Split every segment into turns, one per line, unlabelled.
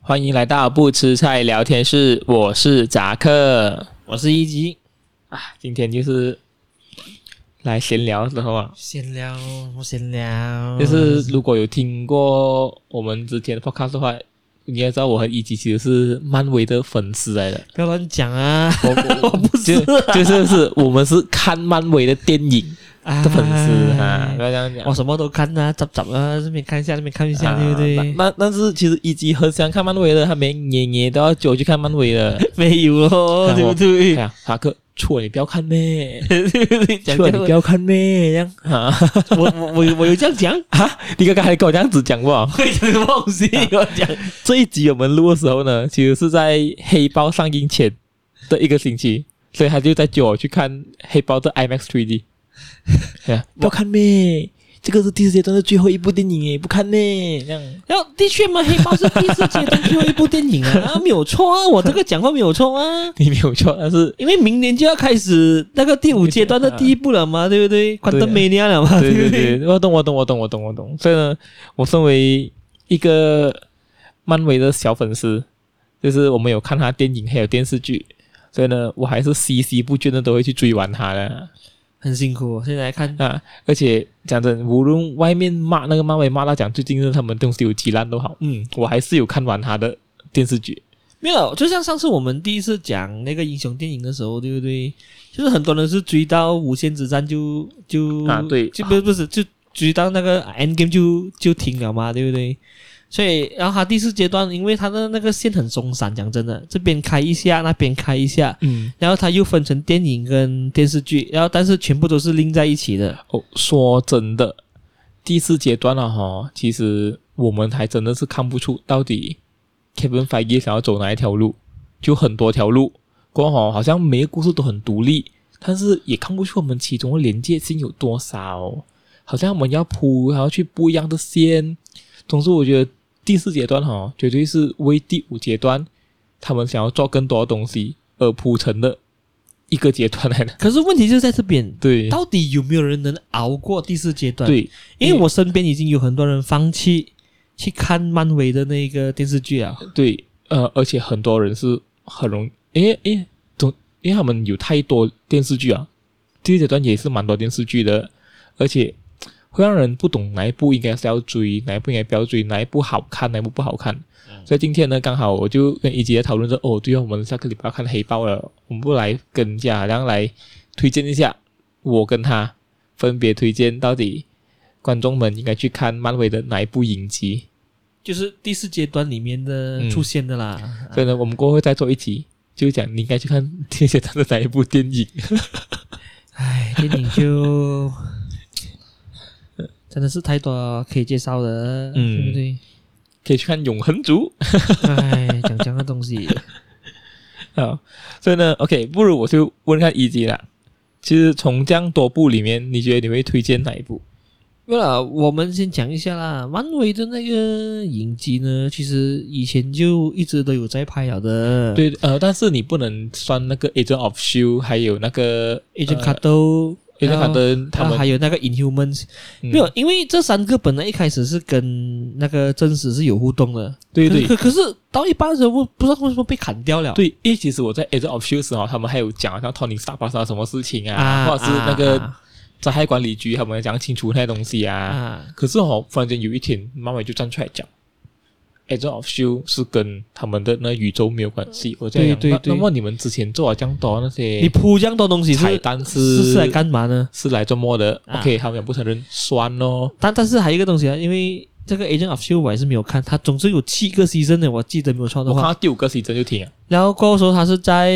欢迎来到不吃菜聊天室，我是扎克。啊
我是一级，
今天就是来闲聊之后啊，
闲聊，我闲聊，
就是如果有听过我们之前的 podcast 的话，你也知道我和一吉其实是漫威的粉丝来的。
不要乱讲啊！
我我不是、就就是是我们是看漫威的电影
啊
的粉丝啊，不要这样讲
我。什么都看啊，杂杂啊，这边看一下，那边看一下，
啊
对不对？
那那但是其实一吉很想看漫威的，他每年年都要揪我去看漫威 的。
没有哦，
看
对
我
不对
哎？呀，查克，错你不要看咩，
对不对？讲
错你
这
不
个，
要看咩，这样啊。
我我我有我有这样 讲，
啊，你刚刚还跟我这样子讲过、
会讲什么东西？我讲
这一集我们录的时候呢，其实是在黑豹上映前的一个星期，所以他就在叫我去看黑豹的 IMAX 3D。对啊不要看咩，这个是第四阶段的最后一部电影诶，不看咩，这样
然后的确嘛，黑豹是第四阶段最后一部电 影啊，没有错啊，我这个讲话没有错啊。
你没有错，但是
因为明年就要开始那个第五阶段的第一步了嘛， 对不啊对？啊关灯没亮了嘛，
啊对
不
对？对，我懂我懂我懂我懂我懂。所以呢，我身为一个漫威的小粉丝，就是我们有看他电影还有电视剧，所以呢，我还是孜孜不倦的都会去追完他的
很辛苦哦，现在看
啊。而且讲真，无论外面骂那个漫威骂到讲最近是他们东西有几烂都好，嗯，我还是有看完他的电视剧。
没有，就像上次我们第一次讲那个英雄电影的时候，对不对？就是很多人是追到无限之战就就
啊对
就不是不是就追到那个 end game 就就停了嘛，对不对？所以，然后他第四阶段，因为他的那个线很松散，讲真的，这边开一下，那边开一下，
嗯，
然后他又分成电影跟电视剧，然后但是全部都是拎在一起的。
哦，说真的，第四阶段了哈，其实我们还真的是看不出到底 Kevin Feige 想要走哪一条路，就很多条路，过后好像每个故事都很独立，但是也看不出我们其中的连接性有多少，好像我们要铺，还要去不一样的线。总之，我觉得第四阶段哈，绝对是为第五阶段他们想要做更多的东西而铺成的一个阶段来的。
可是问题就在这边，
对，
到底有没有人能熬过第四阶段？
对，
因为我身边已经有很多人放
嗯
弃去看漫威的那个电视剧啊，
对，呃，而且很多人是很容因为因为总因为他们有太多电视剧啊，第一阶段也是蛮多电视剧的，而且会让人不懂哪一部应该是要追，哪一部应该不要追，哪一部好看，哪一部不好看。所以今天呢，刚好我就跟一姐讨论说，哦，对啊，我们下个礼拜要看黑豹了，我们不来跟家，然后来推荐一下，我跟他分别推荐到底观众们应该去看漫威的哪一部影集。
就是第四阶段里面的
嗯
出现的啦。
所以呢，我们过后会再做一集，就讲你应该去看 《天蝎座》的哪一部电影。
唉，电影就呃真的是太多可以介绍的，
嗯
对不对？
可以去看《永恒族
唉，讲这样的东西，》
啊。所以呢，OK，不如我就问看一集啦。其实从这样多部里面，你觉得你会推荐哪一部？
为了我们先讲一下啦，漫威的那个影集呢，其实以前就一直都有在拍了的，
对，呃，但是你不能算那个《Agent of Shield》，还 E 有那个
，Agent Carter。
呃 Agent
然后
Carter 他
啊
们
还有那个 Inhumans，、
嗯
没有，因为这三个本来一开始是跟那个真实是有互动的，
对对
可可可是到一半的时候，不不知道为什么被砍掉了。
对，因为其实我在《Agent of Shield》时候，他们还有讲好像 Tony Stark 发生了什么事情啊，
啊，
或者是那个
啊
灾害管理局他们讲清楚那些东西
啊啊
可是哦，忽然间有一天，漫威就站出来讲，Agent of Shield E 是跟他们的那宇宙没有关系。我这样
对对对
那，那么你们之前做了这样多那
你
些
铺这样多东西
彩
是
蛋
是
是
是来干嘛呢？
是来做么的、o
啊
k 他们也不承认，酸哦。
但但是还有一个东西啊，因为这个 Agent of Shield E 我还是没有看，它总之有七个 season 的，我记得没有错的
我看
话。
到第五个 season 就停了。啊
然后过后说它是在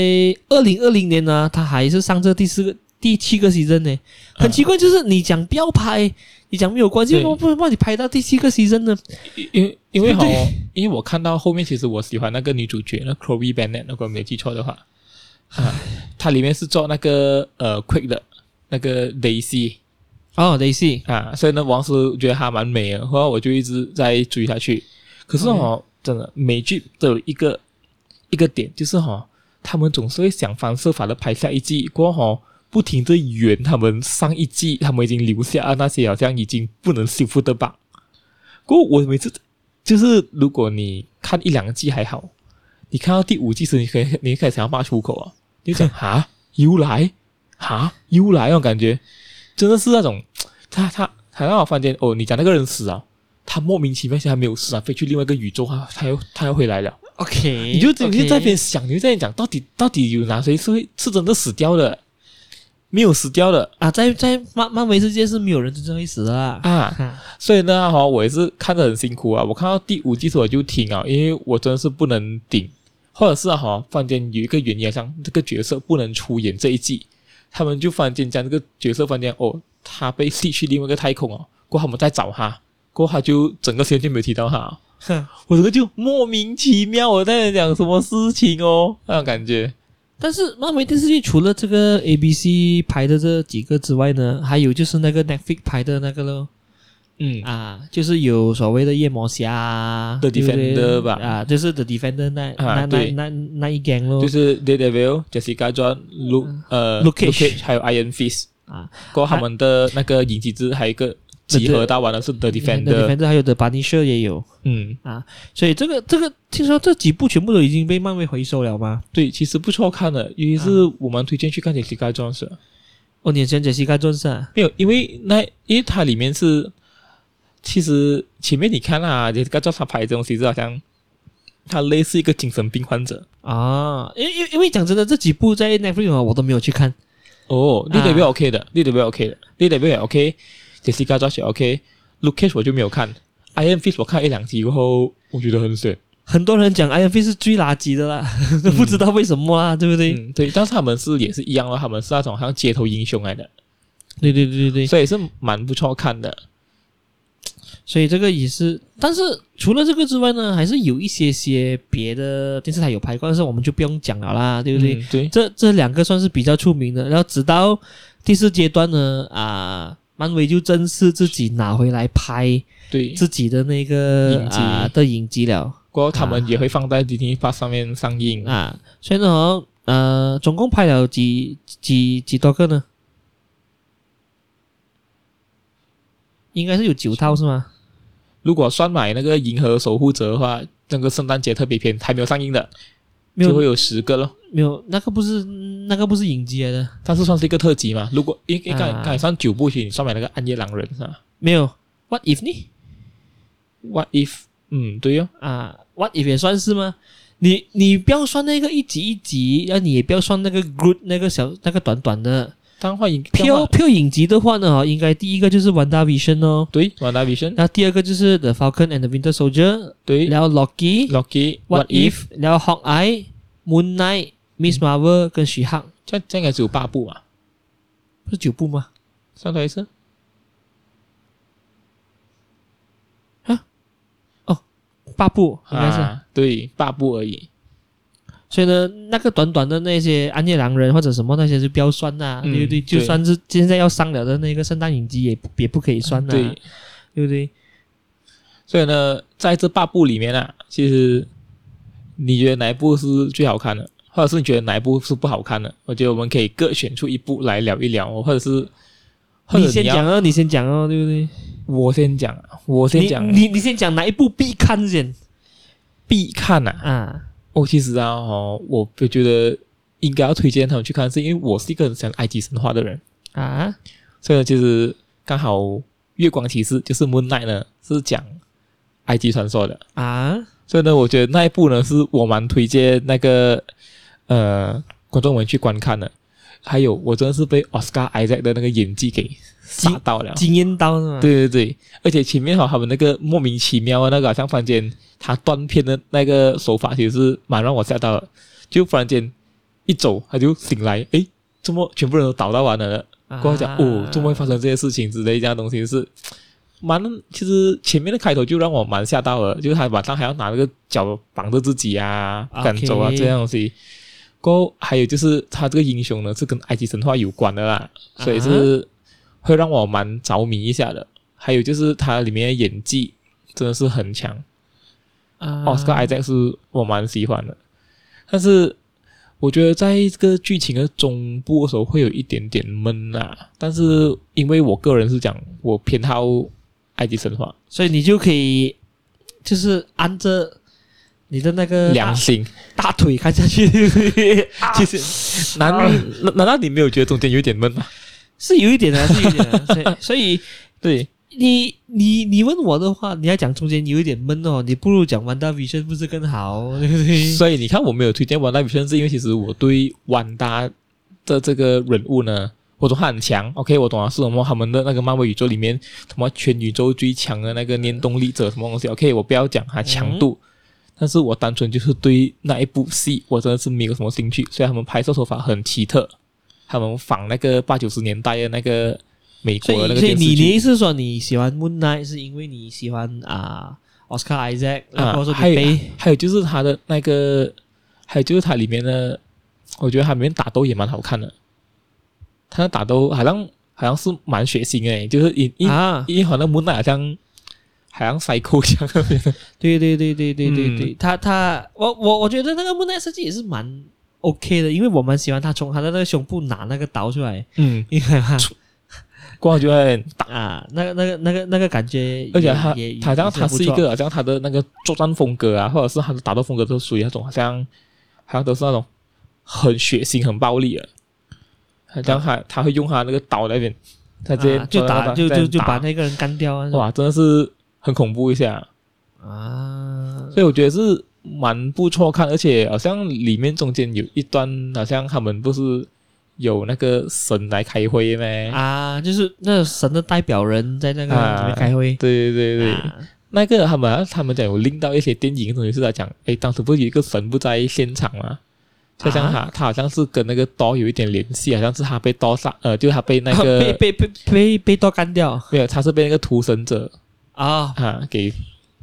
二零二零年呢，它还是上这第四个。第七个 season
嗯
呢，很奇怪，就是你讲不要拍，你讲没有关系，为
对
什么不让你拍到第七个 season 呢？
因因因为
对
哦，因为我看到后面，其实我喜欢那个女主角，那 Chloe Bennett，如果没有记错的话，啊，她里面是做那个呃 Quick 的那个 Daisy。
哦，雷西，
啊，所以呢，王石觉得她蛮美的，然后我就一直在追下去。可是哦，真的美剧都有一个一个点，就是哦，他们总是会想方设法的拍下一季，过后哦，不停的圆他们上一季他们已经留下那些好像已经不能修复的疤。不过我每次就是如果你看一两季还好，你看到第五季时，你可以你开始想要骂出口啊，你就想哈又来哈又来那种感觉，真的是那种他他他让我发现哦，你讲那个人死啊，他莫名其妙现在没有死啊，飞去另外一个宇宙啊，他又他又回来了。
OK，
你就你就
OK
在那边想，你就在那边讲，到底到底有哪谁是会是真的死掉的，没有死掉的
啊，在在漫漫威世界是没有人真正会死的啦。
啊？
啊
所以呢，哈，我也是看得很辛苦啊。我看到第五季时我就停啊，因为我真的是不能顶，或者是啊哈、突然间有一个原因，啊像这个角色不能出演这一季，他们就突然间将这个角色突然间哦，他被吸去另外一个太空哦，过后他们再找他，过后他就整个时间就没有提到他哦、
哼
我这个就莫名其妙我在讲什么事情哦，那种感觉。
但是漫威电视剧除了这个 ABC 拍的这几个之外呢，还有就是那个 Netflix 拍的那个咯，
嗯，
啊，就是有所谓的夜魔侠啊
The
对不对
Defender 吧
啊，就是 The Defender 那、
啊
那那
对
那那一 gang 咯，
就是 Daredevil、Jessica John、Luke 呃
Luke Cage
还有 Iron Fist，
啊
过后他们的那个影集之还有一个集合到完了是 The
The
Defender，
Defender 还有 The Punisher 也有，
嗯，
所以这个这个听说这几部全部都已经被漫威回收了吗？
对，其实不错看的，尤其是我蛮推荐去看 Jessica Jones，的
哦，你选 Jessica Jones 啊？
没有，因为那因为它里面是，其实前面你看啊，Jessica Jones 她拍的东西是好像。他类似一个精神病患者
啊，因因因为讲真的，这几部在 Netflix 啊我都没有去看。
哦，绿
啊
的标 OK 的，绿的标 OK 的，绿的标也 OK，Jessica Jones 也 OK，Luke Cage 我就没有看，Iron Fist 我看一两集过后，我觉得很水，
很多人讲 Iron Fist 是最垃圾的啦， 都不知道为什么啊，对不对？
嗯，对，但是他们是也是一样的，他们是那种好像街头英雄来的，
对对对对对，
所以是蛮不错看的。
所以这个也是。但是除了这个之外呢，还是有一些些别的电视台有拍过，但是我们就不用讲了啦，对不对？
嗯对，
这这两个算是比较出名的。然后直到第四阶段呢，啊，漫威就正式自己拿回来拍
对，
自己的那个
影集
啊的影集了。
过后他们也会放在 Disney Plus 上面上映。
啊，所以呢，哦呃，总共拍了几几几多个呢？应该是有九套是吗？
如果算买那个《银河守护者》的话，那个圣诞节特别篇还没有上映的，
没
就会
有
有十个咯。
没有，那个不是那个不是影集来的，
但是算是一个特辑嘛？如果应应该
啊
该算九部曲，你算买那个《暗夜狼人》是吧
没有。What if 呢？
？What if？嗯，对哦，
啊，What if 也算是吗？你你不要算那个一集一集，然后你也不要算那个 good 那个小那个短短的。
但话影
票票影集的话呢，哦应该第一个就是《Wanda Vision》哦，
对，WandaVision
然后第二个就是《The Falcon and the Winter Soldier》，
对
然后《Loki》，
，Loki
What If，然后 Hawkeye、Moon Knight、Miss Marvel 跟徐航，
这样这样应该只有八部嘛？
不是九部吗？
算出来是
八部应该是。
啊对八部而已。
所以呢，那个短短的那些暗夜狼人或者什么那些就不要算呐、
嗯
啊对不对？就算是现在要上了的那个圣诞影集也不也不可以算呐、啊
对，
对不对？
所以呢，在这八部里面啊，其实你觉得哪一部是最好看的，或者是你觉得哪一部是不好看的？我觉得我们可以各选出一部来聊一聊哦，或者是或
你
者
先
要
讲哦，你先讲哦，对不对？
我先讲啊，我先讲
你你你先讲哪一部必看先
必看啊。
啊？
哦，其实啊，哦，我我觉得应该要推荐他们去看，是因为我是一个很喜欢埃及神话的人，
啊，
所以呢，其实刚好《月光骑士》就是 Moon Knight 呢，是讲埃及传说的。
啊，
所以呢，我觉得那一部呢，是我蛮推荐那个呃观众们去观看的。还有，我真的是被 Oscar Isaac 的那个演技给吓到了。
经验刀是吗？
对对对，而且前面哈他们那个莫名其妙的那个，好像突然间他断片的那个手法，其实是蛮让我吓到的。就忽然间一走，他就醒来，诶，怎么全部人都倒到完了呢？
啊，
跟我讲哦，怎么会发生这些事情之类这样的东西是蛮，其实前面的开头就让我蛮吓到了，就是他晚上还要拿那个脚绑着自己啊，
OK
赶走啊这样东西。过后还有就是他这个英雄呢是跟埃及神话有关的啦，所以是会让我蛮着迷一下的。还有就是他里面的演技真的是很强，
啊
Oscar Isaac 是我蛮喜欢的，但是我觉得在这个剧情的中部的时候会有一点点闷啊。但是因为我个人是讲我偏好埃及神话，
所以你就可以就是按着你的那个
良
大
心。
大腿看下去， 其 实
难
啊
难难道你没有觉得中间有一点闷吗？
是有一点 的，是有一点的。所以所以
对，
你你你问我的话，你要讲中间有一点闷哦，你不如讲 Wanda Vision 不是更好， 对不对？
所以你看我没有推荐《万达与生》，是因为其实我对万达的这个人物呢，我懂他很强。OK，我懂啊，是什么他们的那个漫威宇宙里面什么全宇宙最强的那个念动力者什么东西？OK，我不要讲他强
嗯
度。但是我单纯就是对那一部戏，我真的是没有什么兴趣。虽然他们拍摄手法很奇特，他们仿那个八九十年代的那个美
所
国的那个
以所以
电视
你你的
剧
意思是说你喜欢 Moon Knight 是因为你喜欢啊 Oscar Isaac，然后
啊，
说
还
你
有
被
还有就是它的那个，还有就是它里面的，我觉得它里面打斗也蛮好看的。它的打斗好像好像是蛮血腥诶，就是一一
啊，
一好像木乃好像好像塞扣这样
对对对对对对对，
嗯
他他我我我觉得那个 Moon Knight 设计也是蛮 OK 的，因为我蛮喜欢他从他的那个胸部拿那个刀出来，
嗯，
因为他
过后就会打。
啊，那个那个那个那个感觉也，
而且它
也也
它好像它
也
是一
不错
个好像它的那个作战风格啊，或者是它的打斗风格都属于那种好像好像都是那种很血腥、很暴力的。好像他他会用他那个刀那边，他直接
啊就打就
在那
就就
打
把那个人干掉啊，
哇，真的是很恐怖一下，
啊，
所以我觉得是蛮不错看，而且好像里面中间有一段，好像他们不是有那个神来开会咩？
啊，就是那神的代表人在那个
啊
里面开会，
对对对，对，
啊
那个他们他们讲有拎到一些电影的东西是在讲，诶，当时不是有一个神不在现场
啊
吗？就像他，他好像是跟那个刀有一点联系，好像是他被刀杀，呃，就是他被那
被
个
被被被被刀干掉
没有，他是被那个屠神者
啊，
啊给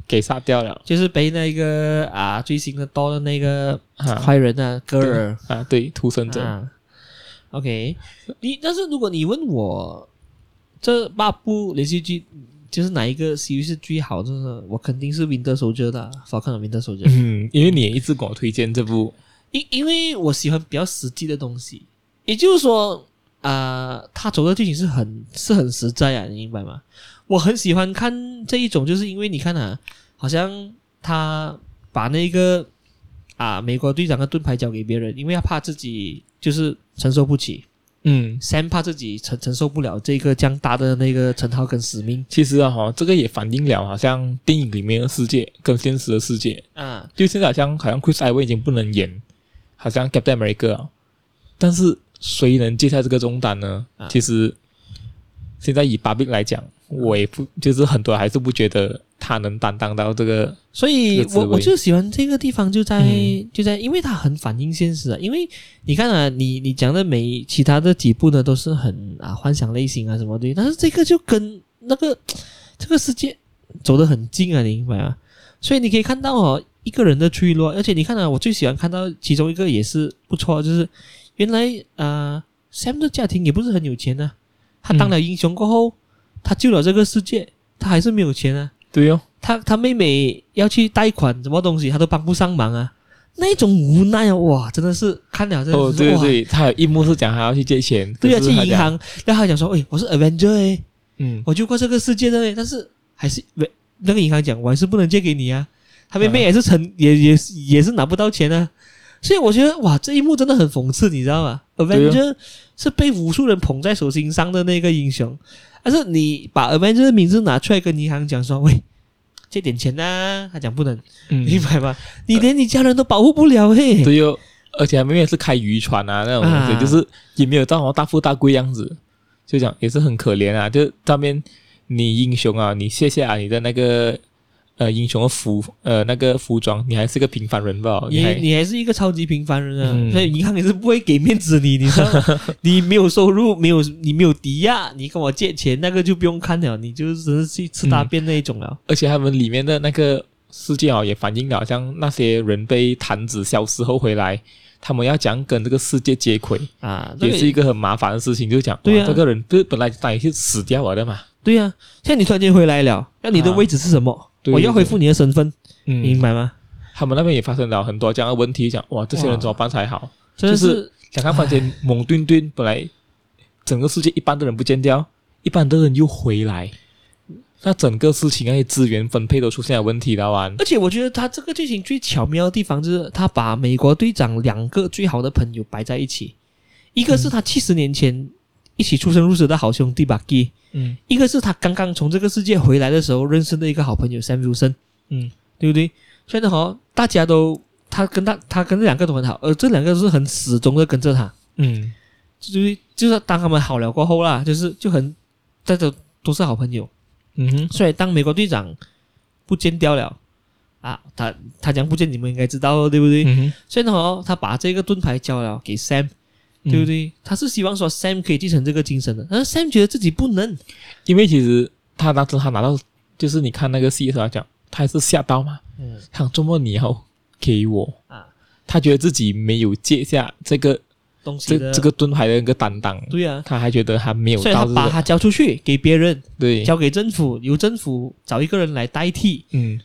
给杀掉了
就是被那个啊最新的刀的那个
啊
坏人啊，戈尔
啊，对，屠神者，
啊，OK，你但是如果你问我这八部连续剧。就是哪一个 C 是最好的呢？我肯定是 Winter Soldier 的啊，好看的 Winter Soldier。
嗯，因为你也一直给我推荐这部，
因因为我喜欢比较实际的东西，也就是说，啊，他走的剧情是很是很实在啊，你明白吗？我很喜欢看这一种，就是因为你看啊，好像他把那个啊美国队长的盾牌交给别人，因为他怕自己就是承受不起
嗯，
，Sam 怕自己承承受不了这个这样大的那个称号跟使命
其实啊哈，这个也反映了好像电影里面的世界跟现实的世界，
啊，
就现在好像好像 Chris Evans 已经不能演，好像 Captain America，啊但是谁能接下这个重担呢？
啊
其实现在以 b a b i 来讲，我也不就是很多人还是不觉得他能担当到这个，
所以
这个滋
我
味
我就喜欢这个地方，就在、
嗯
就在，因为它很反映现实啊。因为你看啊，你你讲的每其他的几部呢，都是很啊幻想类型啊什么的，但是这个就跟那个这个世界走得很近啊，你明白吗？所以你可以看到哦，一个人的脆弱，而且你看啊，我最喜欢看到其中一个也是不错，就是原来啊、呃 Sam 的家庭也不是很有钱啊，他当
嗯
了英雄过后，他救了这个世界，他还是没有钱啊。
对哦，
他他妹妹要去贷款什么东西，他都帮不上忙啊，那种无奈啊，哇，真的是看了真的是、
哦对对
哇，
对，他有一幕是讲他要去借钱，
对啊，
可
去
是他
银
讲，
行，然后他讲说，哎，我是 Avenger 哎，
嗯，
我救过这个世界的哎，但是还是没那个银行讲，我还是不能借给你啊，他妹妹
嗯
也是成、也也是也是拿不到钱啊，所以我觉得哇，这一幕真的很讽刺，你知道吗
对啊
？Avenger、是被无数人捧在手心上的那个英雄，但是你把 Avenger 的名字拿出来跟银行讲说，喂，借点钱呐、他讲不能。
嗯
明白吗？你连你家人都保护不了嘿、
对哦，而且他明明是开渔船啊那种
嗯啊
东西，就是也没有到好像大富大贵样子，就讲也是很可怜啊。就上面你英雄啊，你卸下你的那个呃英雄的服呃那个服装，你还是个平凡人吧？你
你
还
你还是一个超级平凡人啊，
嗯
所以银行也是不会给面子你，你知道吗？你没有收入， 没有你没有抵押，你跟我借钱那个就不用看了，你就只是去吃大便那一种了。
而且他们里面的那个世界啊，也反映了好像那些人被弹指消失后回来。他们要讲跟这个世界接轨，
啊，这
嗯也
个
是一个很麻烦的事情。就讲，哇
对啊
这个人不是本来他也是死掉了的嘛，
对呀、啊，现在你突然间回来了，那你的
啊
位置是什么？
对
我要恢复你的身份，
嗯
明白吗？
他们那边也发生了很多这样的问题，讲哇，这些人怎么办才好？
真的、
就是是想看发现猛墩墩本来整个世界一半的人不见掉，一半的人又回来，那整个事情那些资源分配都出现了问题了啊！
而且我觉得他这个剧情最巧妙的地方就是，他把美国队长两个最好的朋友摆在一起，一个是他七十年前一起出生入死的好兄弟 Bucky，
嗯
一个是他刚刚从这个世界回来的时候认识的一个好朋友 Sam Wilson，
嗯
对不对？所以呢，哈，大家都他跟他他跟这两个都很好，而这两个是很始终的跟着他，
嗯
就是就是当他们好了过后啦，就是就很大家都是好朋友。
嗯哼
所以当美国队长不见掉了啊，他他讲不见，你们应该知道哦，对不对？
嗯哼，
所以呢、哦，他把这个盾牌交了给 Sam，对不
嗯？
对？他是希望说 Sam 可以继承这个精神的，但是 Sam 觉得自己不能，
因为其实他当时他拿到，就是你看那个戏的时候他讲，他还是吓到嘛，
嗯
想周末你要给我
啊，
他觉得自己没有接下这个
东西
这
的
这个盾牌的那个担当，
对啊，
他还觉得他没有
所以他
到这
把
个
它交出去给别人，
对，
交给政府，由政府找一个人来代替。
嗯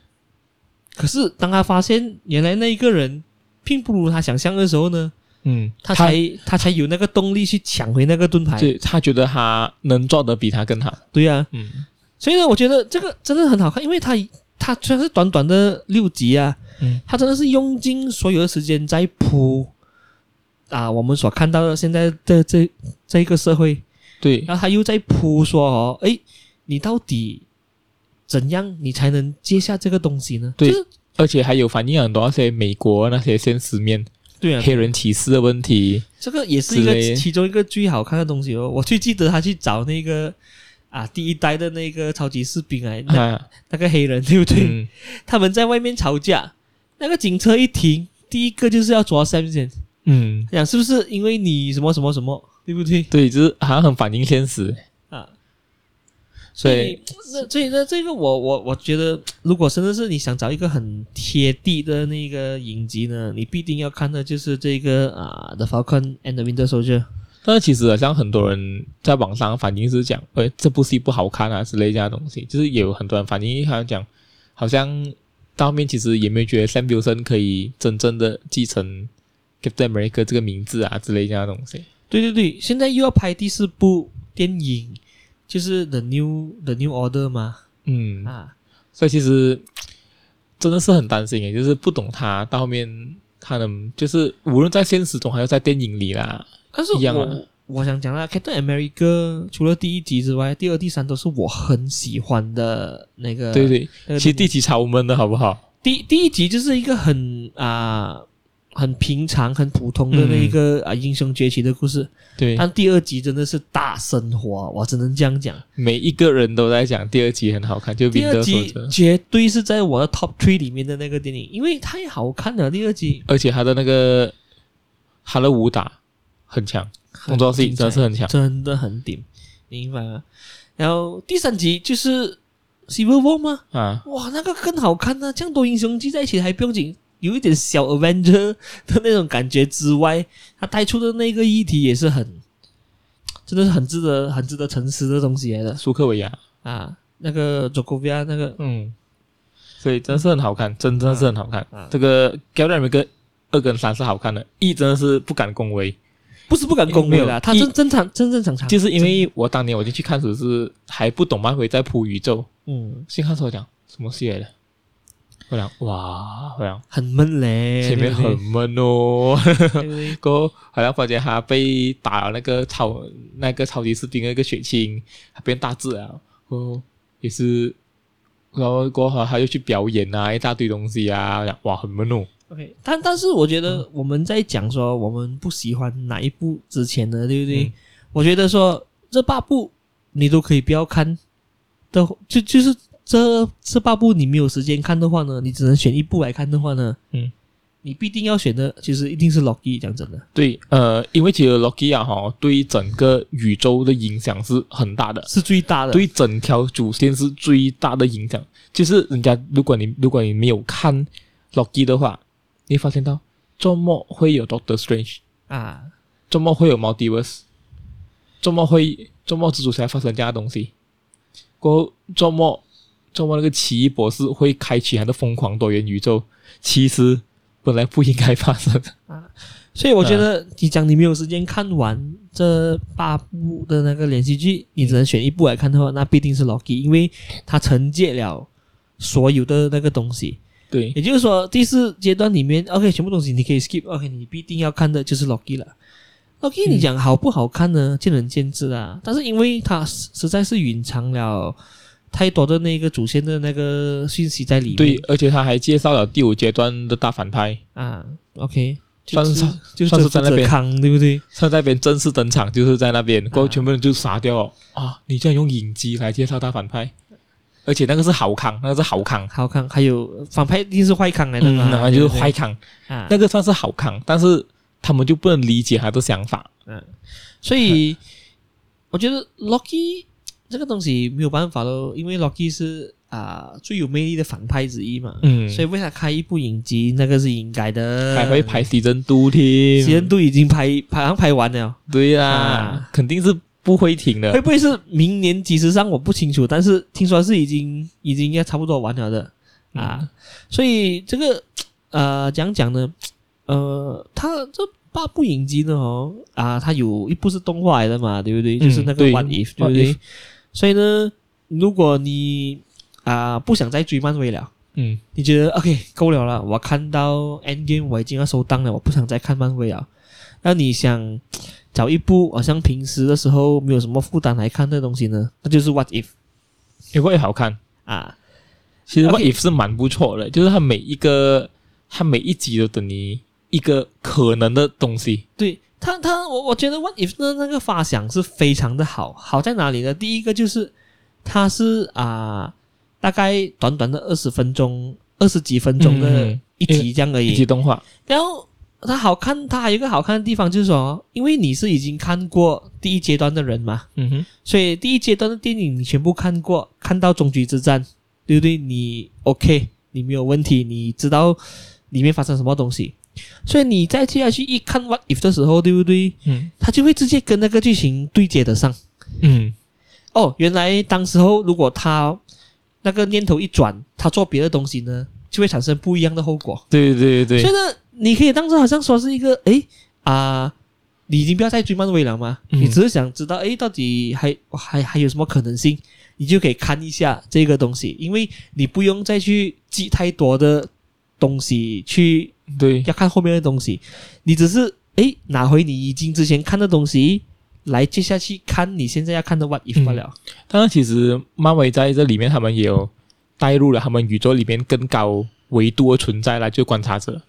可是当他发现原来那一个人并不如他想象的时候呢，
嗯，
他才他才有那个动力去抢回那个盾牌。
对他觉得他能做的比他更好，
对啊，
嗯
所以呢，我觉得这个真的很好看，因为它它虽然是短短的六集啊，
嗯
它真的是用尽所有的时间在铺啊，我们所看到的现在的这这一个社会，
对，
然后他又在铺说哦，哎，你到底怎样你才能接下这个东西呢？
对
就是
而且还有反映很多那些美国那些现实面
对啊，
黑人歧视的问题，
这个也是一个
之类
其中一个最好看的东西哦。我最记得他去找那个啊第一代的那个超级士兵啊，那
啊，
那个黑人对不对？
嗯
他们在外面吵架，那个警车一停，第一个就是要抓 Sam 先，
嗯，
讲是不是因为你什么什么什么，对不对
对，就是好像很反映现实，
啊？所
所
以
以，
那所以呢，这个我我我觉得，如果真的是你想找一个很贴地的那个影集呢，你必定要看的就是这个啊，《The Falcon and the Winter Soldier》。
但是其实好像很多人在网上反映是讲，哎，这部戏不好看啊之类这样的东西，就是也有很多人反映，好像讲，好像到后面其实也没有觉得 Sam Wilson 可以真正的继承 Captain America 这个名字啊之类这样的东西，
对对对，现在又要拍第四部电影，就是《The New The New Order》嘛
嗯，
啊，
所以其实真的是很担心诶，就是不懂他到后面他能就是无论在现实中还是在电影里啦，
但是
一样
我、
啊
我想讲啦，Captain America 除了第一集之外，第二、第三都是我很喜欢的那个。
对对，
呃那个
其实
电
第
影
几超闷的好不好？
第第一集就是一个很啊、很平常、很普通的那一个、啊英雄崛起的故事，
嗯对，
但第二集真的是大升华，我只能这样讲。
每一个人都在讲第二集很好看，就
第
彼
二
得说
集
着，
绝对是在我的 Top Three 里面的那个电影，因为太好看了。第二集
而且他的那个他的武打很强，动
很
作戏
精
真的
彩
是很强。
真的很顶，你明白吗？然后第三集就是 Civil War 吗？
啊，
哇，那个更好看呢、这样多英雄聚在一起还不用紧，有一点小 Avenger 的那种感觉之外，他带出的那个议题也是很，真的是很值得、很值得沉思的东西来的
苏克维亚，
啊。那个 j o k o v i a 那个
嗯，所以真的是很好看，真真的是很好看。
啊
这个 g a l a m i 跟二跟三是好看的，一真的是不敢恭维。
不是不敢恭维
没
啦，
有
他真正常、真正常常
就是因为我当年我进去看时是还不懂漫威在铺宇宙，
嗯
先看时候讲什么戏来的，我讲哇，我讲
很闷嘞，
前面很闷哦，
对不对
过后好像发觉他被打了那个超那个超级士兵那个血清，他变大只了，过后也是，然后过后他又去表演啊，一大堆东西啊，我讲哇很闷哦，
OK，但但是我觉得
嗯
我们在讲说我们不喜欢哪一部之前的，对不对？
嗯
我觉得说这八部你都可以不要看的，就就是这这八部你没有时间看的话呢，你只能选一部来看的话呢，
嗯，
你必定要选的其实一定是 Loki。讲真的，
对，呃，因为其实 Loki 啊哈，对整个宇宙的影响是很大的，
是最大的，
对整条主线是最大的影响。就是人家，如果你如果你没有看 Loki 的话，你会发现到周末会有 Doctor Strange，
啊，
周末会有 Multiverse，周末会周末蜘蛛侠发生这样的东西，过后周末周末那个奇异博士 会开启他的疯狂多元宇宙，其实本来不应该发生的。
啊，所以我觉
嗯
得你讲你没有时间看完这八部的那个连续剧，你只能选一部来看的话，那必定是 Loki，因为它承接了所有的那个东西。
对
也就是说，第四阶段里
嗯
面，OK，全部东西你可以 skip，OK，、你必定要看的就是 Loki 了。Loki，
嗯
你讲好不好看呢？见仁见智啊。但是因为它实实在是隐藏了太多的那个主线的那个讯息在里面。
对，而且他还介绍了第五阶段的大反派，
啊，OK，就
算是
就是
算是
这
在那边
这康，对不对？
他在那边正式登场，就是在那边，过后
啊
全部人就傻掉了啊！你竟然用影集来介绍大反派，而且那个是好康，那个是好康，
好看，还有反派一定是坏康来的
嗯，
嘛，
然后就是
对不对
坏康，
啊。
那个算是好康，但是他们就不能理解他的想法。
所以我觉得 Loki 这个东西没有办法咯，因为 Loki 是啊、最有魅力的反派之一嘛，
嗯，
所以为他开一部影集那个是应该的，
还会排 season two 添
时间都已经拍拍好像拍完了，
对啦，
啊
肯定是不会停
会
的。
不会是明年几时上我不清楚，但是听说是已经已经应该差不多完了的
嗯
啊，所以这个呃讲讲呢，呃，他这八部影集呢哦啊，它有一部是动画来的嘛，对不对？
嗯
就是那个
对
What If，对
What
不对
If？
所以呢，如果你啊、不想再追漫威了。
嗯，
你觉得 OK 够了了？我看到 End Game 我已经要收档了，我不想再看漫威了。啊那你想找一部好像平时的时候没有什么负担来看的东西呢？那就是 What If
也会好看。
啊，
其实
OK
What If 是蛮不错的，就是它每一个，它每一集都等于一个可能的东西。
对他他我我觉得 What If 的那个发想是非常的好，好在哪里呢？第一个就是它是啊、大概短短的二十分钟、二十几分钟
嗯嗯
的
嗯
一集这样而已，
一集动画，
然后它好看，它还有一个好看的地方就是说，因为你是已经看过第一阶段的人嘛，
嗯哼，
所以第一阶段的电影你全部看过，看到终局之战，对不对？你 OK，你没有问题，你知道里面发生什么东西，所以你再接下去一看 What If 的时候，对不对？
嗯
它就会直接跟那个剧情对接得上。
嗯
哦，原来当时候如果他那个念头一转，他做别的东西呢，就会产生不一样的后果。
对对对
所
对
以，呢，你可以当做好像说是一个诶啊、你已经不要再追漫威了嘛，
嗯
你只是想知道诶，到底还还还有什么可能性，你就可以看一下这个东西，因为你不用再去记太多的东西去
对
要看后面的东西，你只是诶拿回你已经之前看的东西。来，接下去看你现在要看的 What If
嗯
罢了。
当然，其实漫威在这里面，他们也有带入了他们宇宙里面更高维度的存在来做观察者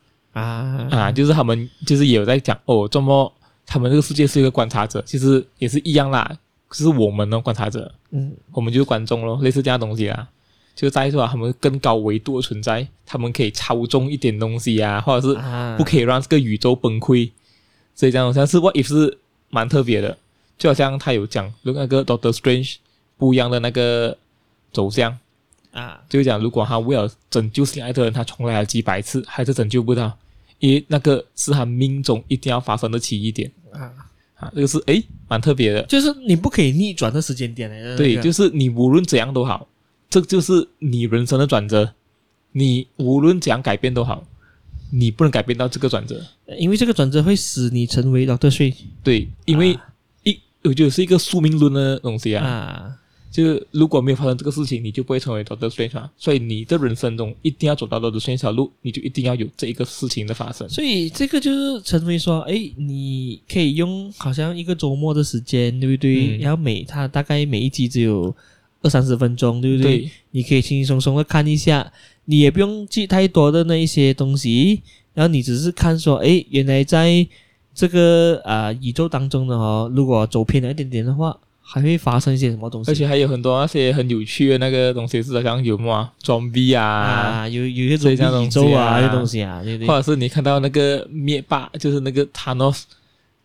啊
啊，就是他们就是也有在讲哦，这么他们这个世界是一个观察者，其实也是一样啦，就是我们的观察者，
嗯，
我们就是观众咯，类似这样的东西啦。就是带出来他们更高维度的存在，他们可以操纵一点东西啊，或者是
啊
不可以让这个宇宙崩溃。所以这样好像是 What If 是蛮特别的，就好像他有讲如果那个 Doctor Strange 不一样的那个走向，
啊，
就是讲如果他为了拯救心爱的人，他重来了几百次还是拯救不到，因为那个是他命中一定要发生的奇异点
啊
啊，这个是诶蛮特别的。
就是你不可以逆转的时间点来的那个。
嗯对，就是你无论怎样都好，这就是你人生的转折。你无论怎样改变都好，你不能改变到这个转折。
因为这个转折会使你成为 Doctor Strange
对，因为一、我觉得是一个宿命论的东西啊，
啊，
就是如果没有发生这个事情，你就不会成为 Doctor Strange 啊。所以你的人生中一定要走到 Doctor Strange 条路，你就一定要有这一个事情的发生。
所以这个就是成为说，哎，你可以用好像一个周末的时间，对不
嗯
对？然后每它大概每一集只有二三十分钟，对不对？
对，
你可以轻轻松松的看一下，你也不用记太多的那一些东西，然后你只是看说，哎，原来在这个啊、呃宇宙当中呢，哦，如果走偏了一点点的话，还会发生一些什么东西？
而且还有很多那些很有趣的那个东西，是好像有什么啊 zombie 啊，
啊，有有一
所
种
以这样
宇
东
宙
西
啊，
啊
这东西啊，对不对？
或者是你看到那个灭霸，就是那个 Thanos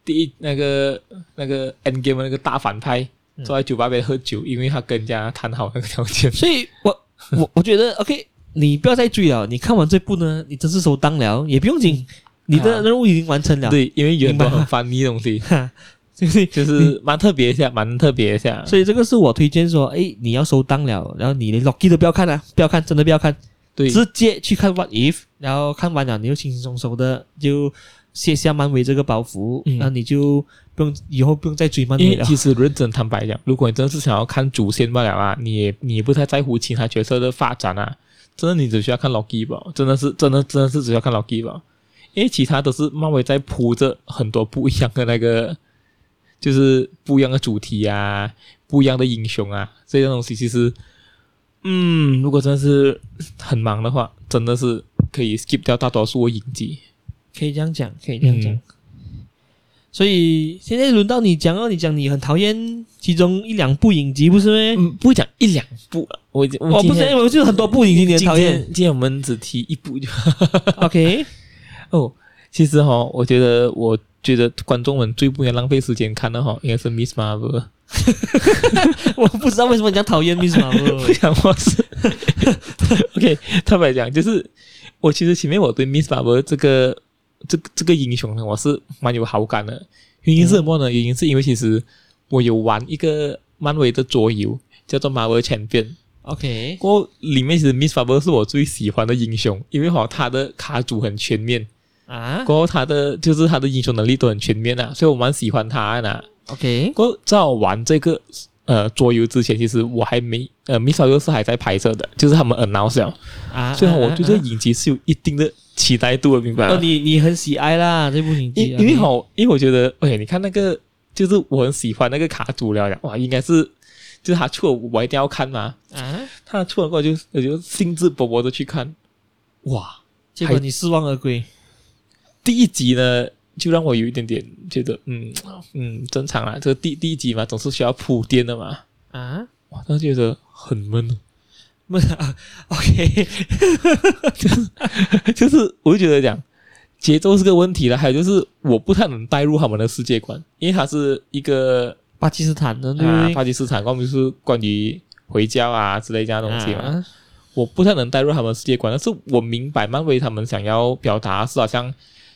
第一那个那个 Endgame 的那个大反派。
嗯
坐在酒吧边喝酒，因为他跟人家谈好那个条 件。
所以我我我觉得 OK，你不要再追了。你看完这部呢，你真是收档了，也不用紧，你的
啊
任务已经完成了。
对，因为有很多
明白
很
吗
翻译的东西，
哈，对不对？
就是蛮特别一下，蛮特别一下。
所以这个是我推荐说，哎，你要收档了，然后你连 Loki 都不要看了，不要看，真的不要看，
对，
直接去看 What If，然后看完了你就轻轻松松的就卸下漫威这个包袱，
嗯
那你就不用以后不用再追漫
因
威
为
了。
其实认真坦白讲，如果你真的是想要看主线罢了啊，你也你也不太在乎其他角色的发展啊，真的你只需要看 Loki 吧，真的是真的真的是只需要看 Loki 吧，因为其他都是漫威在铺着很多不一样的那个，就是不一样的主题啊，不一样的英雄啊，这些东西其实，嗯，如果真的是很忙的话，真的是可以 skip 掉大多数的影集，
可以这样讲，可以这样讲。
嗯
所以现在轮到你讲哦，你讲你很讨厌其中一两部影集，不是咩？
嗯，不会讲一两部啊，我我
我
今
哦不是，
天
嗯我就是很多部影集你很
今
讨
天
厌。
今天我们只提一部就
OK，
哦。其实哈、我觉得我觉得观众们最不应该浪费时间看的哈、应该是 Miss Marvel。
我不知道为什么你讲讨厌 Miss
不
Marvel。
想我是 OK，坦白讲，就是我其实前面我对 Miss Marvel 这个这个这个英雄呢，我是蛮有好感的。原因是什么呢？原因是因为其实我有玩一个漫威的桌游，叫做 Marvel Champion。
OK，
不过里面其实 Miss Marvel 是我最喜欢的英雄，因为哈他的卡组很全面，
啊
过后他的就是他的英雄能力都很全面啊，所以我蛮喜欢他的、
，OK，
不过在我玩这个呃桌游之前，其实我还没呃 Miss Marvel 是还在拍摄的，就是他们 announce 了，
啊，
所以我
啊
对这
啊
个影集是有一定的期待度的，明白
哦，
吗？
你你很喜爱啦这部影
因
集啊，
因为好，因为我觉得，哎，你看那个，就是我很喜欢那个卡组了，哇，应该是就是他出了，我一定要看嘛。
啊，
他出了过后就我就兴致勃勃的去看，哇，
结果你失望而归。
第一集呢，就让我有一点点觉得，嗯嗯，正常啦，这个第第一集嘛，总是需要铺垫的嘛，
啊，
哇，当时觉得很闷 哦，
不是啊，OK，
就是我就觉得讲节奏是个问题了，还有就是我不太能带入他们的世界观，因为它是一个
巴基斯坦的对
啊
不对？
巴基斯坦，关于是关于回教啊之类这样的东西嘛，
啊
我不太能带入他们的世界观，但是我明白漫威他们想要表达的是好像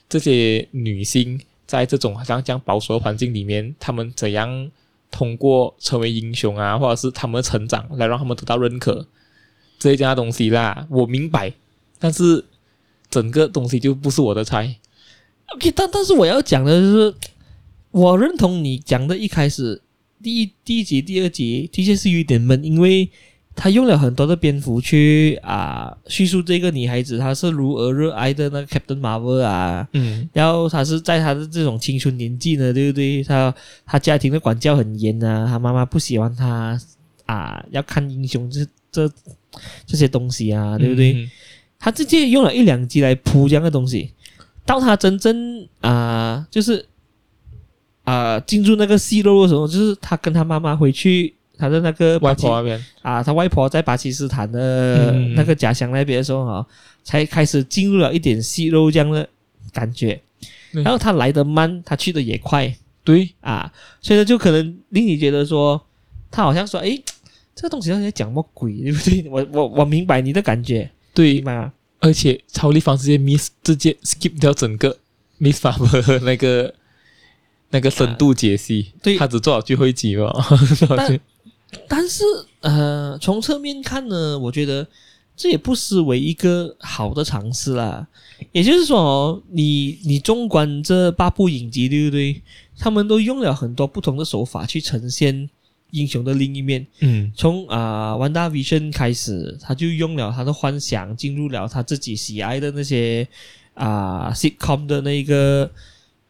这些女星在这种好像这样保守的环境里面，她们怎样通过成为英雄啊，或者是她们的成长来让她们得到认可这一家东西啦，我明白，但是整个东西就不是我的菜，
OK，但但是我要讲的就是，我认同你讲的一开始第一第一集、第二集的确是有一点闷，因为他用了很多的篇幅去啊叙述这个女孩子她是如何热爱的那个 Captain Marvel 啊，
嗯
然后她是在她的这种青春年纪呢，对不对？她她家庭的管教很严啊，她妈妈不喜欢她啊，要看英雄这这这些东西啊，对不对？
嗯
他直接用了一两集来铺这样的东西，到他真正啊、就是啊、进入那个戏路的时候，就是他跟他妈妈回去他的那个
外
巴基
婆那边，
啊、他外婆在巴基斯坦的
嗯
那个家乡那边的时候啊、才开始进入了一点戏路这样的感觉。
嗯
然后他来的慢，他去的也快
对，
啊，所以呢，就可能令你觉得说，他好像说，诶，这个东西到底在讲什么鬼，对不对？我我我明白你的感觉，
对
明，白吗？
而且超立方直接 miss 直接 skip 掉整个 Miss Farmer 的那个那个深度解析，
对
他只做好最后一集嘛， 嗯
但但是呃，从侧面看呢，我觉得这也不失为一个好的尝试啦。也就是说、哦，你你纵观这八部影集，对不对？他们都用了很多不同的手法去呈现英雄的另一面。
嗯
从啊、呃、，Wanda Vision 开始，他就用了他的幻想，进入了他自己喜爱的那些啊、sitcom 的那个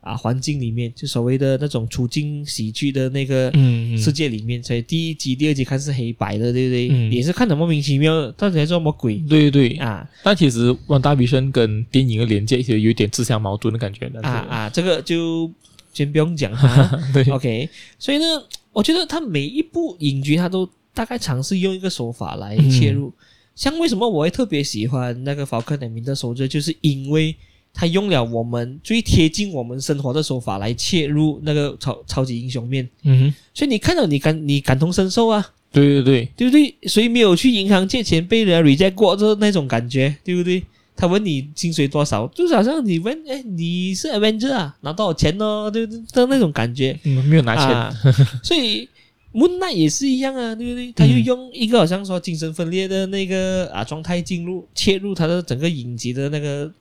啊环境里面，就所谓的那种处境喜剧的那个
嗯
世
是
界里面，所以第一集、第二集看是黑白的，对不对？
嗯
也是看得莫名其妙的，到底在做什么鬼
对对，
啊
但其实《万大比生》跟电影的连接其实有点自相矛盾的感觉，但
啊
是、
啊！这个就先不用讲哈。
对，
OK，所以呢，我觉得他每一部影剧，他都大概尝试用一个手法来
嗯
切入。像为什么我会特别喜欢那个《法克南明的守着》，就是因为他用了我们最贴近我们生活的手法来切入那个超超级英雄面，
嗯哼，
所以你看到你感你感同身受啊。
对对对，
对不对？谁没有去银行借钱被人家 reject 过，就是那种感觉，对不对？他问你薪水多少，就是好像你问，哎，你是 Avenger 啊，拿多少钱哦，对不对？的那种感觉。
嗯，没有拿钱，
啊、所以 Moon Knight 也是一样啊，对不对？他就用一个好像说精神分裂的那个啊状态进入切入他的整个影集的那个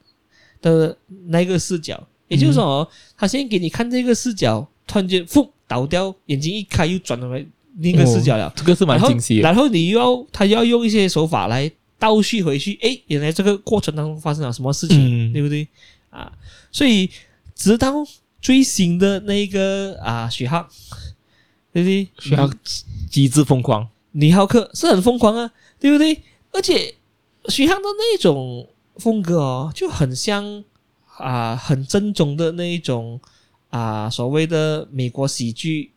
的那个视角，也就是
嗯
说哦，他先给你看这个视角，突然间噗倒掉，眼睛一开又转回来另一个视角了，
这个是蛮
然后
惊喜的。
然后你又要他又要用一些手法来倒叙回去，诶，原来这个过程当中发生了什么事情，
嗯
对不对啊？所以直到最新的那个啊，许浩，对不对？
需要嗯机智疯狂，
李浩克是很疯狂啊，对不对？而且徐航的那种风格哦，就很像啊、很正宗的那一种啊、所谓的美国喜剧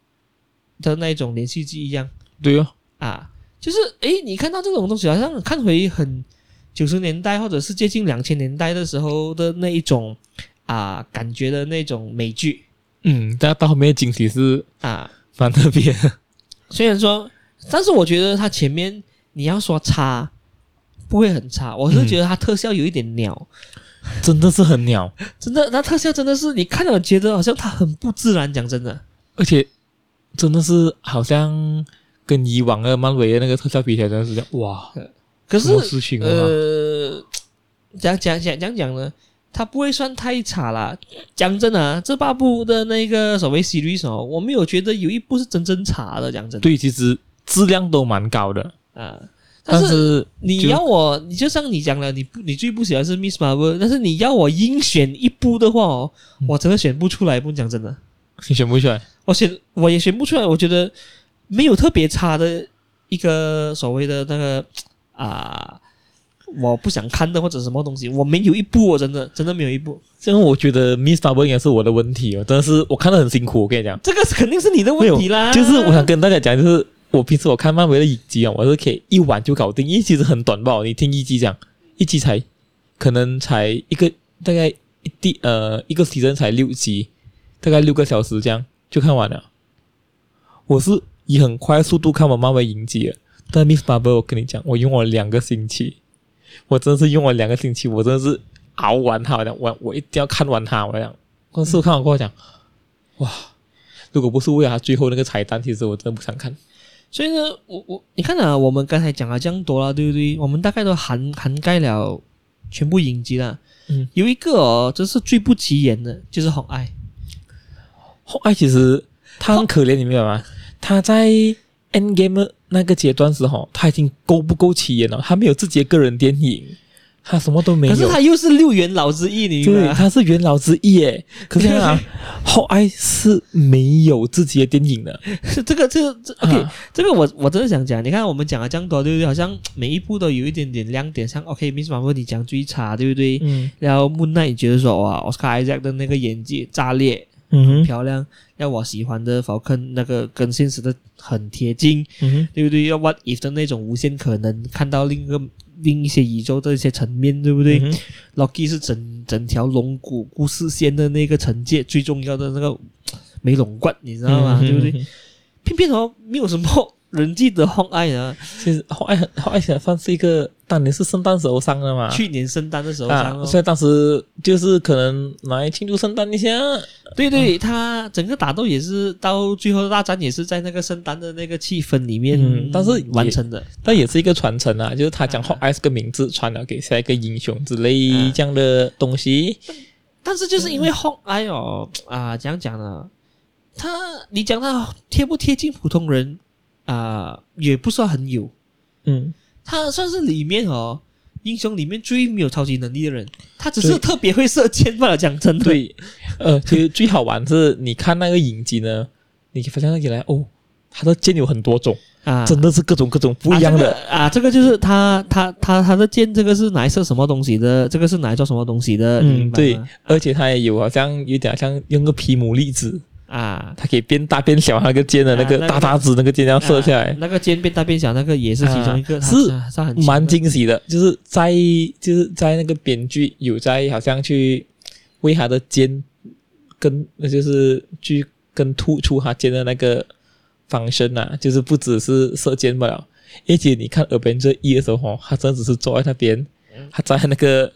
的那一种连续剧一样
对哦，
啊，就是诶，你看到这种东西，好像看回很九十年代或者是接近两千年代的时候的那一种啊、感觉的那种美剧
嗯，但到后面的惊喜是
啊，
蛮特别的，
虽然说，但是我觉得它前面你要说差，不会很差。我是觉得它特效有一点鸟，
真的是很鸟，
真的，那特效真的是你看了觉得好像它很不自然。讲真的，
而且真的是好像跟以往的漫威的那个特效比起来，真的是这样哇，
可
什么事
是
情啊？
呃，讲讲讲讲讲呢，它不会算太差啦。讲真的啊、这八部的那个所谓 series 哦，我没有觉得有一部是真正差的。讲真的，
对，其实质量都蛮高的，
啊、但
但
是。
是
你
就
要我，你就像你讲了，你不你最不喜欢是 Miss Marvel，但是你要我硬选一部的话哦，
嗯
我真的选不出来。不讲真的，
你选不选？
我选我也选不出来。我觉得没有特别差的一个所谓的那个啊、我不想看的或者什么东西，我没有一部，我哦真的真的没有一部。
这样我觉得 Miss Marvel 应该是我的问题哦，真的是我看得很辛苦，我跟你讲。
这个是肯定是你的问题啦。
就是我想跟大家讲，就是我平时我看漫威的影集啊，我是可以一晚就搞定，因为其实很短吧。你听一集讲，一集才可能才一个大概一第呃一个 season 才六集，大概六个小时这样就看完了。我是以很快的速度看完漫威影集的，但 Miss Marvel 我跟你讲，我用了两个星期，我真的是用了两个星期，我真的是熬完它，我讲我我一定要看完它，我讲，但是我看完过后讲，哇。如果不是为了他最后那个彩蛋，其实我真的不想看。
所以呢，我我你看啊，我们刚才讲了这样多啦，对不对？我们大概都涵涵盖了全部影集啦。
嗯，
有一个哦，这是最不起眼的，就是红爱。
后来其实他很可怜，你明白吗？他在 End Game 那个阶段时候，他已经够不够起眼了，他没有自己的个人电影，他什么都没
可是
有。
他又是六元老之一，你明白
对，
吗？
他是元老之一耶。啊可 是啊，后来是没有自己的电影的。
是 这个这个 这 OK，、
啊
这个我我真的想讲，你看我们讲了这样多，对不对？好像每一部都有一点点亮点，像 OK，Miss、Marvel 你讲最差，对不对？
嗯
然后 Moon Knight 你觉得说哇，Oscar Isaac 的那个演技炸裂，
嗯哼
漂亮，让我喜欢的 Falcon 那个跟现实的很贴近，
嗯哼
对不对？要 What if 的那种无限可能，看到另一个另一些宇宙的一些层面，对不对、
嗯哼
l o c k y 是整整条龙骨故事线的那个惩戒，最重要的那个美龙冠，你知道
嗯
吗？对不对？？偏偏哦，没有什么人记得红爱啊 呢。
其实后来很后来想算是一个，当年是圣诞时候上的嘛。
去年圣诞的时候上
啊，
哦，
所以当时就是可能来庆祝圣诞一下。啊
对对，他整个打斗也是到最后大战也是在那个圣诞的那个气氛里面，
嗯但是也
完成的。
但也是一个传承啊，就是他将
啊
Hot Eyes 这个名字传了给下一个英雄之类
啊
这样的东西。
但是就是因为红爱哦啊，怎样讲呢？他你讲他贴不贴近普通人啊，也不算很有，
嗯，
他算是里面哦。英雄里面最没有超级能力的人，他只是
对
特别会射箭罢了。讲真的，
对，呃，其实最好玩是你看那个影集呢，你发现原来哦，他的剑有很多种，
啊，
真的是各种各种不一样的。
啊这个啊，这个就是他他他他的剑，这个是拿来射什么东西的，这个是拿来做什么东西的，
嗯，
你明白
对
吗，
而且他也有好像有点像用个皮姆粒子，
啊。
它可以变大变小，那个剑的那
啊
个
那个
大大只那个剑这样射下来
啊，那个剑变大变小，那个也是其中一个，
啊
它
是
它它很
蛮
强
惊喜的，就是在就是在那个编剧有在好像去为他的肩跟那就是去跟突出他肩的那个方身啊，就是不只是射箭不了。而且你看《耳边这一》的时候哦，他真的只是坐在那边，他站在那个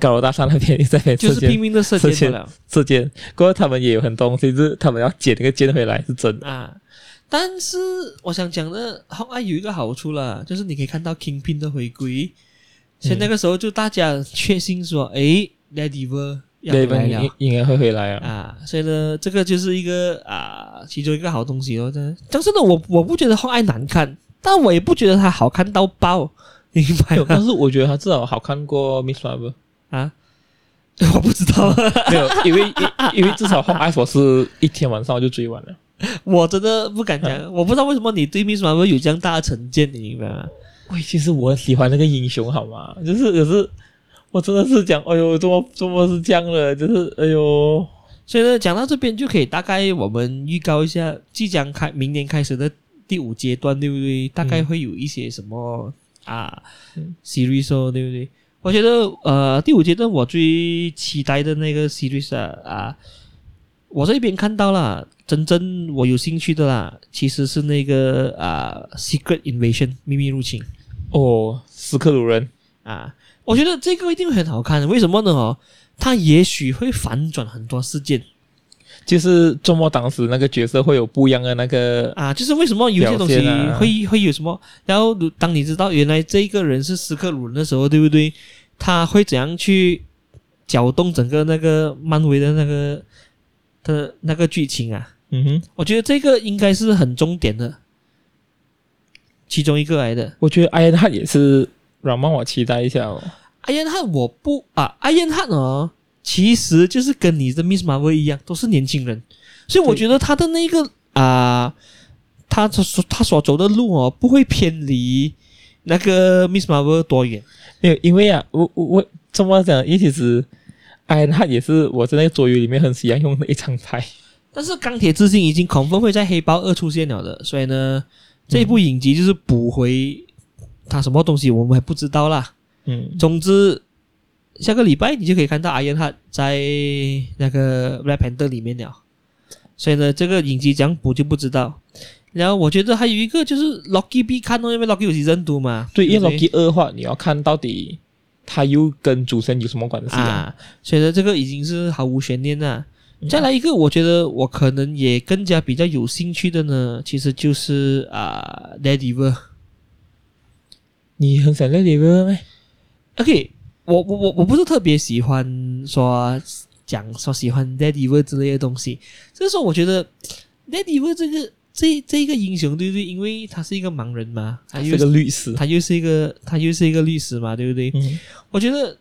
高楼大厦那边在那边
的，就
射
是拼
箭
命的射
射
箭
箭
不了
射箭。过后他们也有很多东西，就是他们要捡那个箭回来是真的。
啊。但是我想讲的，红爱有一个好处啦，就是你可以看到
嗯
Kingpin 的回归，所以那个时候就大家确信说，诶 l a d y v e r 要回来了
应应该会回来啊。
啊，所以呢，这个就是一个啊，其中一个好东西哦。真的讲真的，我我不觉得《后爱》难看，但我也不觉得它好看到爆，明白
没有但
吗？
是我觉得它至少好看过 Miss Marvel，
啊，我不知 道，啊
没有，因为因因为至少《红爱》我是一天晚上就追完了。
我真的不敢讲，我不知道为什么你对 Miss Marvel 有这样大的成见，你明白吗？
喂，其实我很喜欢那个英雄，好吗？就是可是我真的是讲，哎呦，怎么怎么是这样的？就是哎呦，
所以呢，讲到这边就可以大概我们预告一下，即将开明年开始的第五阶段，对不对？大概会有一些什么、啊
嗯
series 哦，对不对？我觉得呃，第五阶段我最期待的那个 series 啊，啊我这边看到了，真正我有兴趣的啦，其实是那个啊 Secret Invasion 秘密入侵
哦，斯克鲁人，
啊，我觉得这个一定会很好看，为什么呢？哦，它也许会反转很多事件。
就是周末当时那个角色会有不一样的那个，
啊，就是为什么有些东西
表现啊
会、会有什么？然后如当你知道原来这一个人是斯克鲁人的时候，对不对？他会怎样去搅动整个那个漫威的那个的那个剧情啊？
嗯哼，
我觉得这个应该是很重点的，其中一个来的。
我觉得艾恩汉也是让让我期待一下哦。
艾恩汉我不啊，艾恩汉哦，其实就是跟你的 Miss Marvel 一样，都是年轻人，所以我
对
觉得他的那个啊、他所他所走的路哦，不会偏离那个 Miss Marvel 多远
没有，因为啊，我我我这么讲，因为其实艾恩汉也是我在那个桌游里面很喜欢用的一张牌。
但是钢铁之心已经恐风会在黑豹二出现了的，所以呢，这一部影集就是补回他什么东西，我们还不知道啦。
嗯，
总之，下个礼拜你就可以看到阿燕汉在那个 Black Panther 里面了。所以呢，这个影集讲补就不知道。然后我觉得还有一个就是 Loki 必看哦，因为 Loki 有几任读嘛。
对，因
不
为 Loki 二的话，你要看到底他又跟主神有什么关系啊？
啊，所以呢，这个已经是毫无悬念了。
嗯
再来一个，我觉得我可能也更加比较有兴趣的呢，其实就是啊、d a d d y v e r
你很想那里边咩？
OK，我我我我不是特别喜欢说讲说喜欢 Daddy v e r 之类的东西，就是说我觉得 Daddy v e r 这个这这个英雄对不对？因为他是一个盲人嘛，他
他
又
啊是个律师。
啊他又是一个他又是一个律师嘛，对不对？
嗯，
我觉得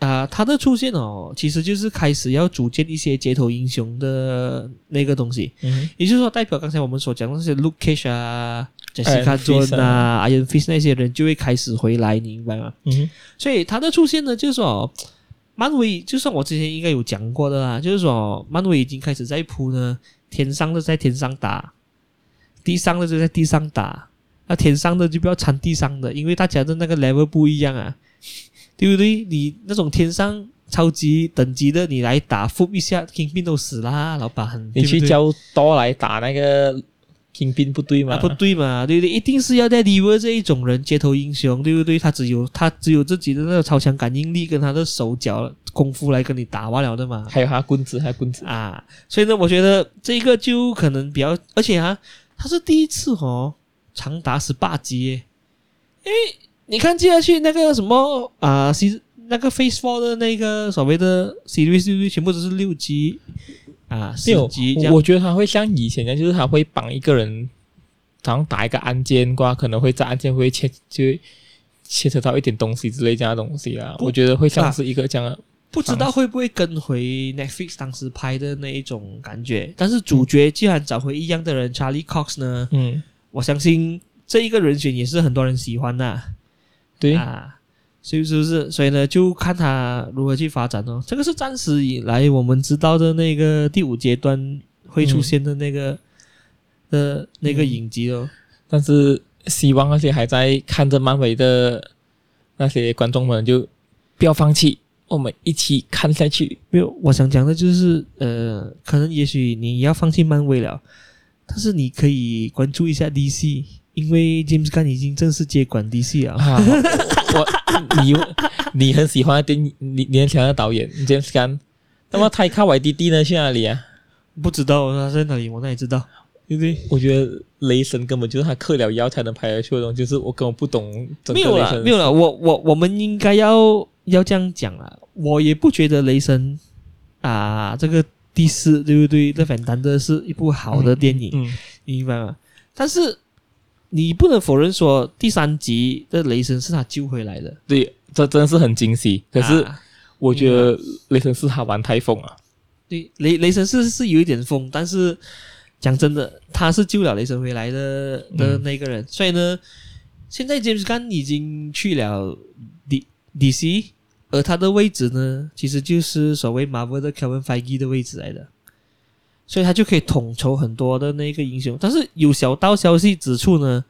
啊、他的出现哦，其实就是开始要组建一些街头英雄的那个东西，
嗯
也就是说，代表刚才我们所讲的那些 Luke Cage 啊、
Iron
Jessica
Fist
Jones 啊、Iron Fist 那些人就会开始回来，你明白吗？
嗯
所以他的出现呢，就是说哦，漫威，就算我之前应该有讲过的啦，就是说哦漫威已经开始在铺呢，天上的在天上打，地上的就在地上打，那天上的就不要掺地上的，因为大家的那个 level 不一样啊，对不对？你那种天上超级等级的，你来打复一下，Kingpin 都死啦，老板，
你去
对不对
教多来打那个金兵不对吗？
啊，不对嘛，对不对？一定是要在 l i v e r 这一种人，街头英雄，对不对？他只有他只有自己的那个超强感应力跟他的手脚功夫来跟你打完了的嘛。
还有他棍子，还有棍子。
啊，所以呢，我觉得这个就可能比较，而且啊，他是第一次哦，长达十八集耶，因为你看接下去那个什么啊，其、实那个 Face Four 的那个所谓的 series 对不对全部都是六集啊，
没
十
有
集这，样
我我觉得他会像以前一样，就是他会绑一个人，然后打一个按键挂，可能会在按键会牵就会牵扯到一点东西之类这样的东西啦。
不
我觉得会像
啊
是一个这样的，
不知道会不会跟回 Netflix 当时拍的那一种感觉，但是主角既然找回一样的人 Charlie Cox 呢，
嗯，
我相信这一个人选也是很多人喜欢呐、
对，
啊，所以是不是？所以呢，就看他如何去发展哦。这个是暂时以来我们知道的那个第五阶段会出现的那个、的那个影集哦。
但是希望那些还在看着漫威的那些观众们就不要放弃，我们一起看下去。
没有，我想讲的就是，呃，可能也许你要放弃漫威了，但是你可以关注一下 DC，因为 James Gunn 已经正式接管 DC 了。
啊， 我我你你很喜欢的电影，你你很喜欢的导演 James Gunn，那么泰卡瓦迪迪呢去哪里啊？
不知道他在哪里，我哪里知道？对不对？
我觉得雷神根本就是他嗑了药才能拍得出的东西，就是我根本不懂整
没
个
有
雷
了，
神。
没有了。我我我们应该要要这样讲了。我也不觉得雷神啊，这个第四对不对？《勒凡丹德》是一部好的电影，
嗯
你明白吗？但是你不能否认说，第三集的雷神是他救回来的。
对，这真的是很惊喜。可是
啊
我觉得雷神四他玩啊太疯了，
对雷雷神是是有一点疯，但是讲真的，他是救了雷神回来的的
嗯
那个人。所以呢，现在 James Gunn 已经去了 D DC，而他的位置呢，其实就是所谓 Marvel 的 Kevin Feige 的位置来的。所以他就可以统筹很多的那个英雄，但是有小道消息指出呢，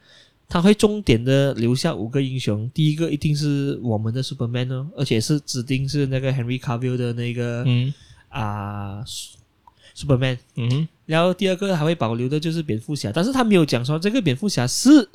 他会重点的留下五个英雄，第一个一定是我们的 Superman 哦，而且是指定是那个 Henry Cavill 的那个
嗯
啊、s u p e r m a n
嗯
然后第二个还会保留的就是蝙蝠侠，但是他没有讲说这个蝙蝠侠是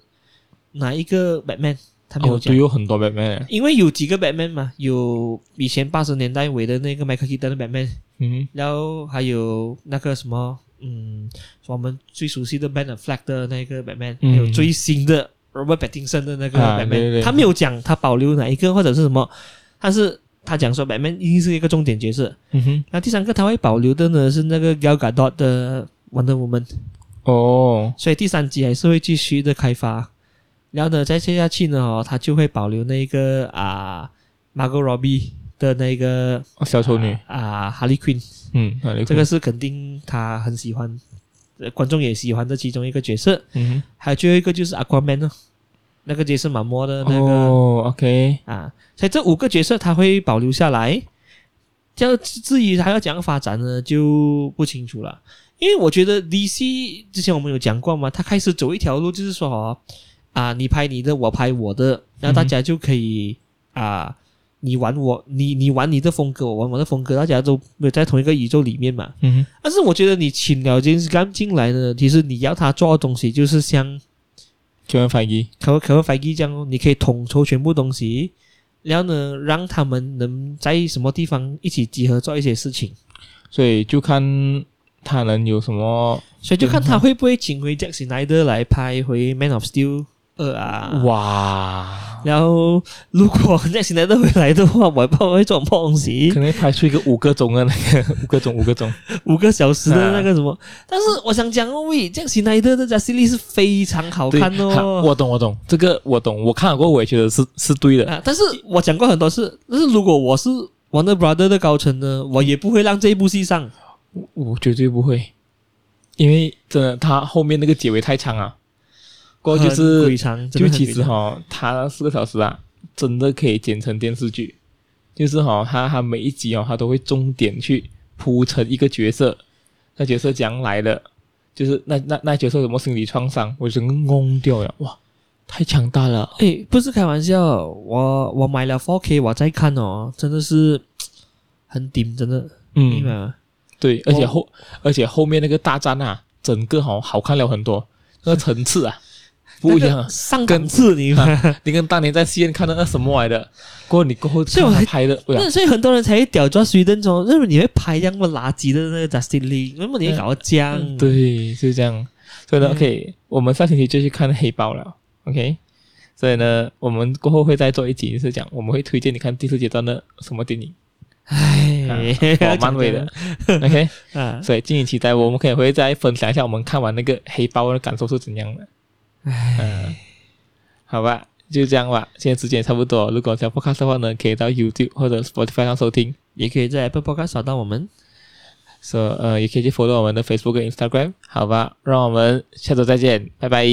哪一个 Batman，他
哼，
没有
哦，
讲，
对，有很多 Batman，
因为有几个 Batman 嘛，有以前八十年代尾的那个 Michael Keaton 的 Batman，
嗯
然后还有那个什么，嗯，我们最熟悉的 Ben Affleck 的那个 Batman，、
嗯
还有最新的 Robert Pattinson 的那个
啊
Batman，、
对对对
他没有讲他保留哪一个或者是什么，但是他讲说 Batman 一定是一个重点角色。
嗯哼，
那第三个他会保留的呢是那个 Gal Gadot 的 Wonder Woman，
哦，
所以第三集还是会继续的开发。然后呢，再接下去呢，哦，他就会保留那个啊，Margot Robbie 的那个
哦小丑女，
啊，Harley Quinn，
嗯，啊
这个，是肯定他很喜欢，呃观众也喜欢的其中一个角色。
嗯
还有最后一个就是 Aquaman 呢，那个杰森马莫的
哼，
那个、
哦，OK，
啊，所以这五个角色他会保留下来。这样至于他要怎样发展呢，就不清楚了。因为我觉得 DC 之前我们有讲过嘛，他开始走一条路，就是说哦，啊，你拍你的，我拍我的，然后大家就可以、啊，你玩我，你你玩你的风格，我玩我的风格，大家都没有在同一个宇宙里面嘛。
嗯
但是我觉得你请了 James Gunn 进来呢，其实你要他做的东西就是像
哼，Kevin Feige，
可可怀疑这样哦，你可以统筹全部东西，然后呢，让他们能在什么地方一起集合做一些事情。
所以就看他能有什么
所以就看他会不会请回 Jack Snyder 来拍回《Man of Steel 二》啊。
哇，
然后，如果 Jack Snyder 回来的话，我也不知道会做什么东西
可，能拍出一个五个钟的那个 五个钟五个钟，
五个小时的那个什
啊
么。但是我想讲哦，喂，Jack Snyder 的《Justice League 是非常好
对
看
哈
哦。
我懂我懂，这个我懂，我看了过后我也觉得是是对的，
啊，但是我讲过很多次，但是如果我是 Warner Brother 的高层呢，我也不会让这一部戏上。
我我绝对不会，因为真的他后面那个结尾太长了，过后就
很
是
鬼长，真
就
的
其
很
实
鬼长
哈、它四个小时啊，真的可以剪成电视剧，就是哈、它它每一集哦，它都会重点去铺成一个角色，那角色讲来的，就是那那那角色有什么心理创伤，我整个懵掉了，哇，太强大了，
诶，不是开玩笑，我我买了 4K，我在看哦，真的是很顶，真的，明白
嗯，
吗？
对，而且
我
后而且后面那个大战啊，整个好、好看了很多，那个层次啊不一样
那
啊
个，上档次，你明 白吗？
你跟当年在西安看到那什么来的，过后你过后
所以
看
我
他
还
拍的，对啊
那，所以很多人才会屌抓水灯说，那么你会拍这么垃圾的那个 Justin Lee，那么你会搞到这样？
对，是这样。所以呢、
嗯
o k 我们上星期就去看黑豹了，OK。所以呢，我们过后会再做一集，是讲我们会推荐你看第四阶段的什么电 影，
唉，
啊漫威 的 ，OK。
哎啊，
所以敬请期待，我们可以会再分享一下我们看完那个黑豹的感受是怎样的。嗯
唉，
好吧，就这样吧。现在时间也差不多，如果想 podcast 的话呢，可以到 YouTube 或者 Spotify 上收听，
也可以在 Apple Podcast 找到我们，
所、so, 呃也可以去 follow 我们的 Facebook 跟 Instagram，好吧？让我们下周再见，拜拜。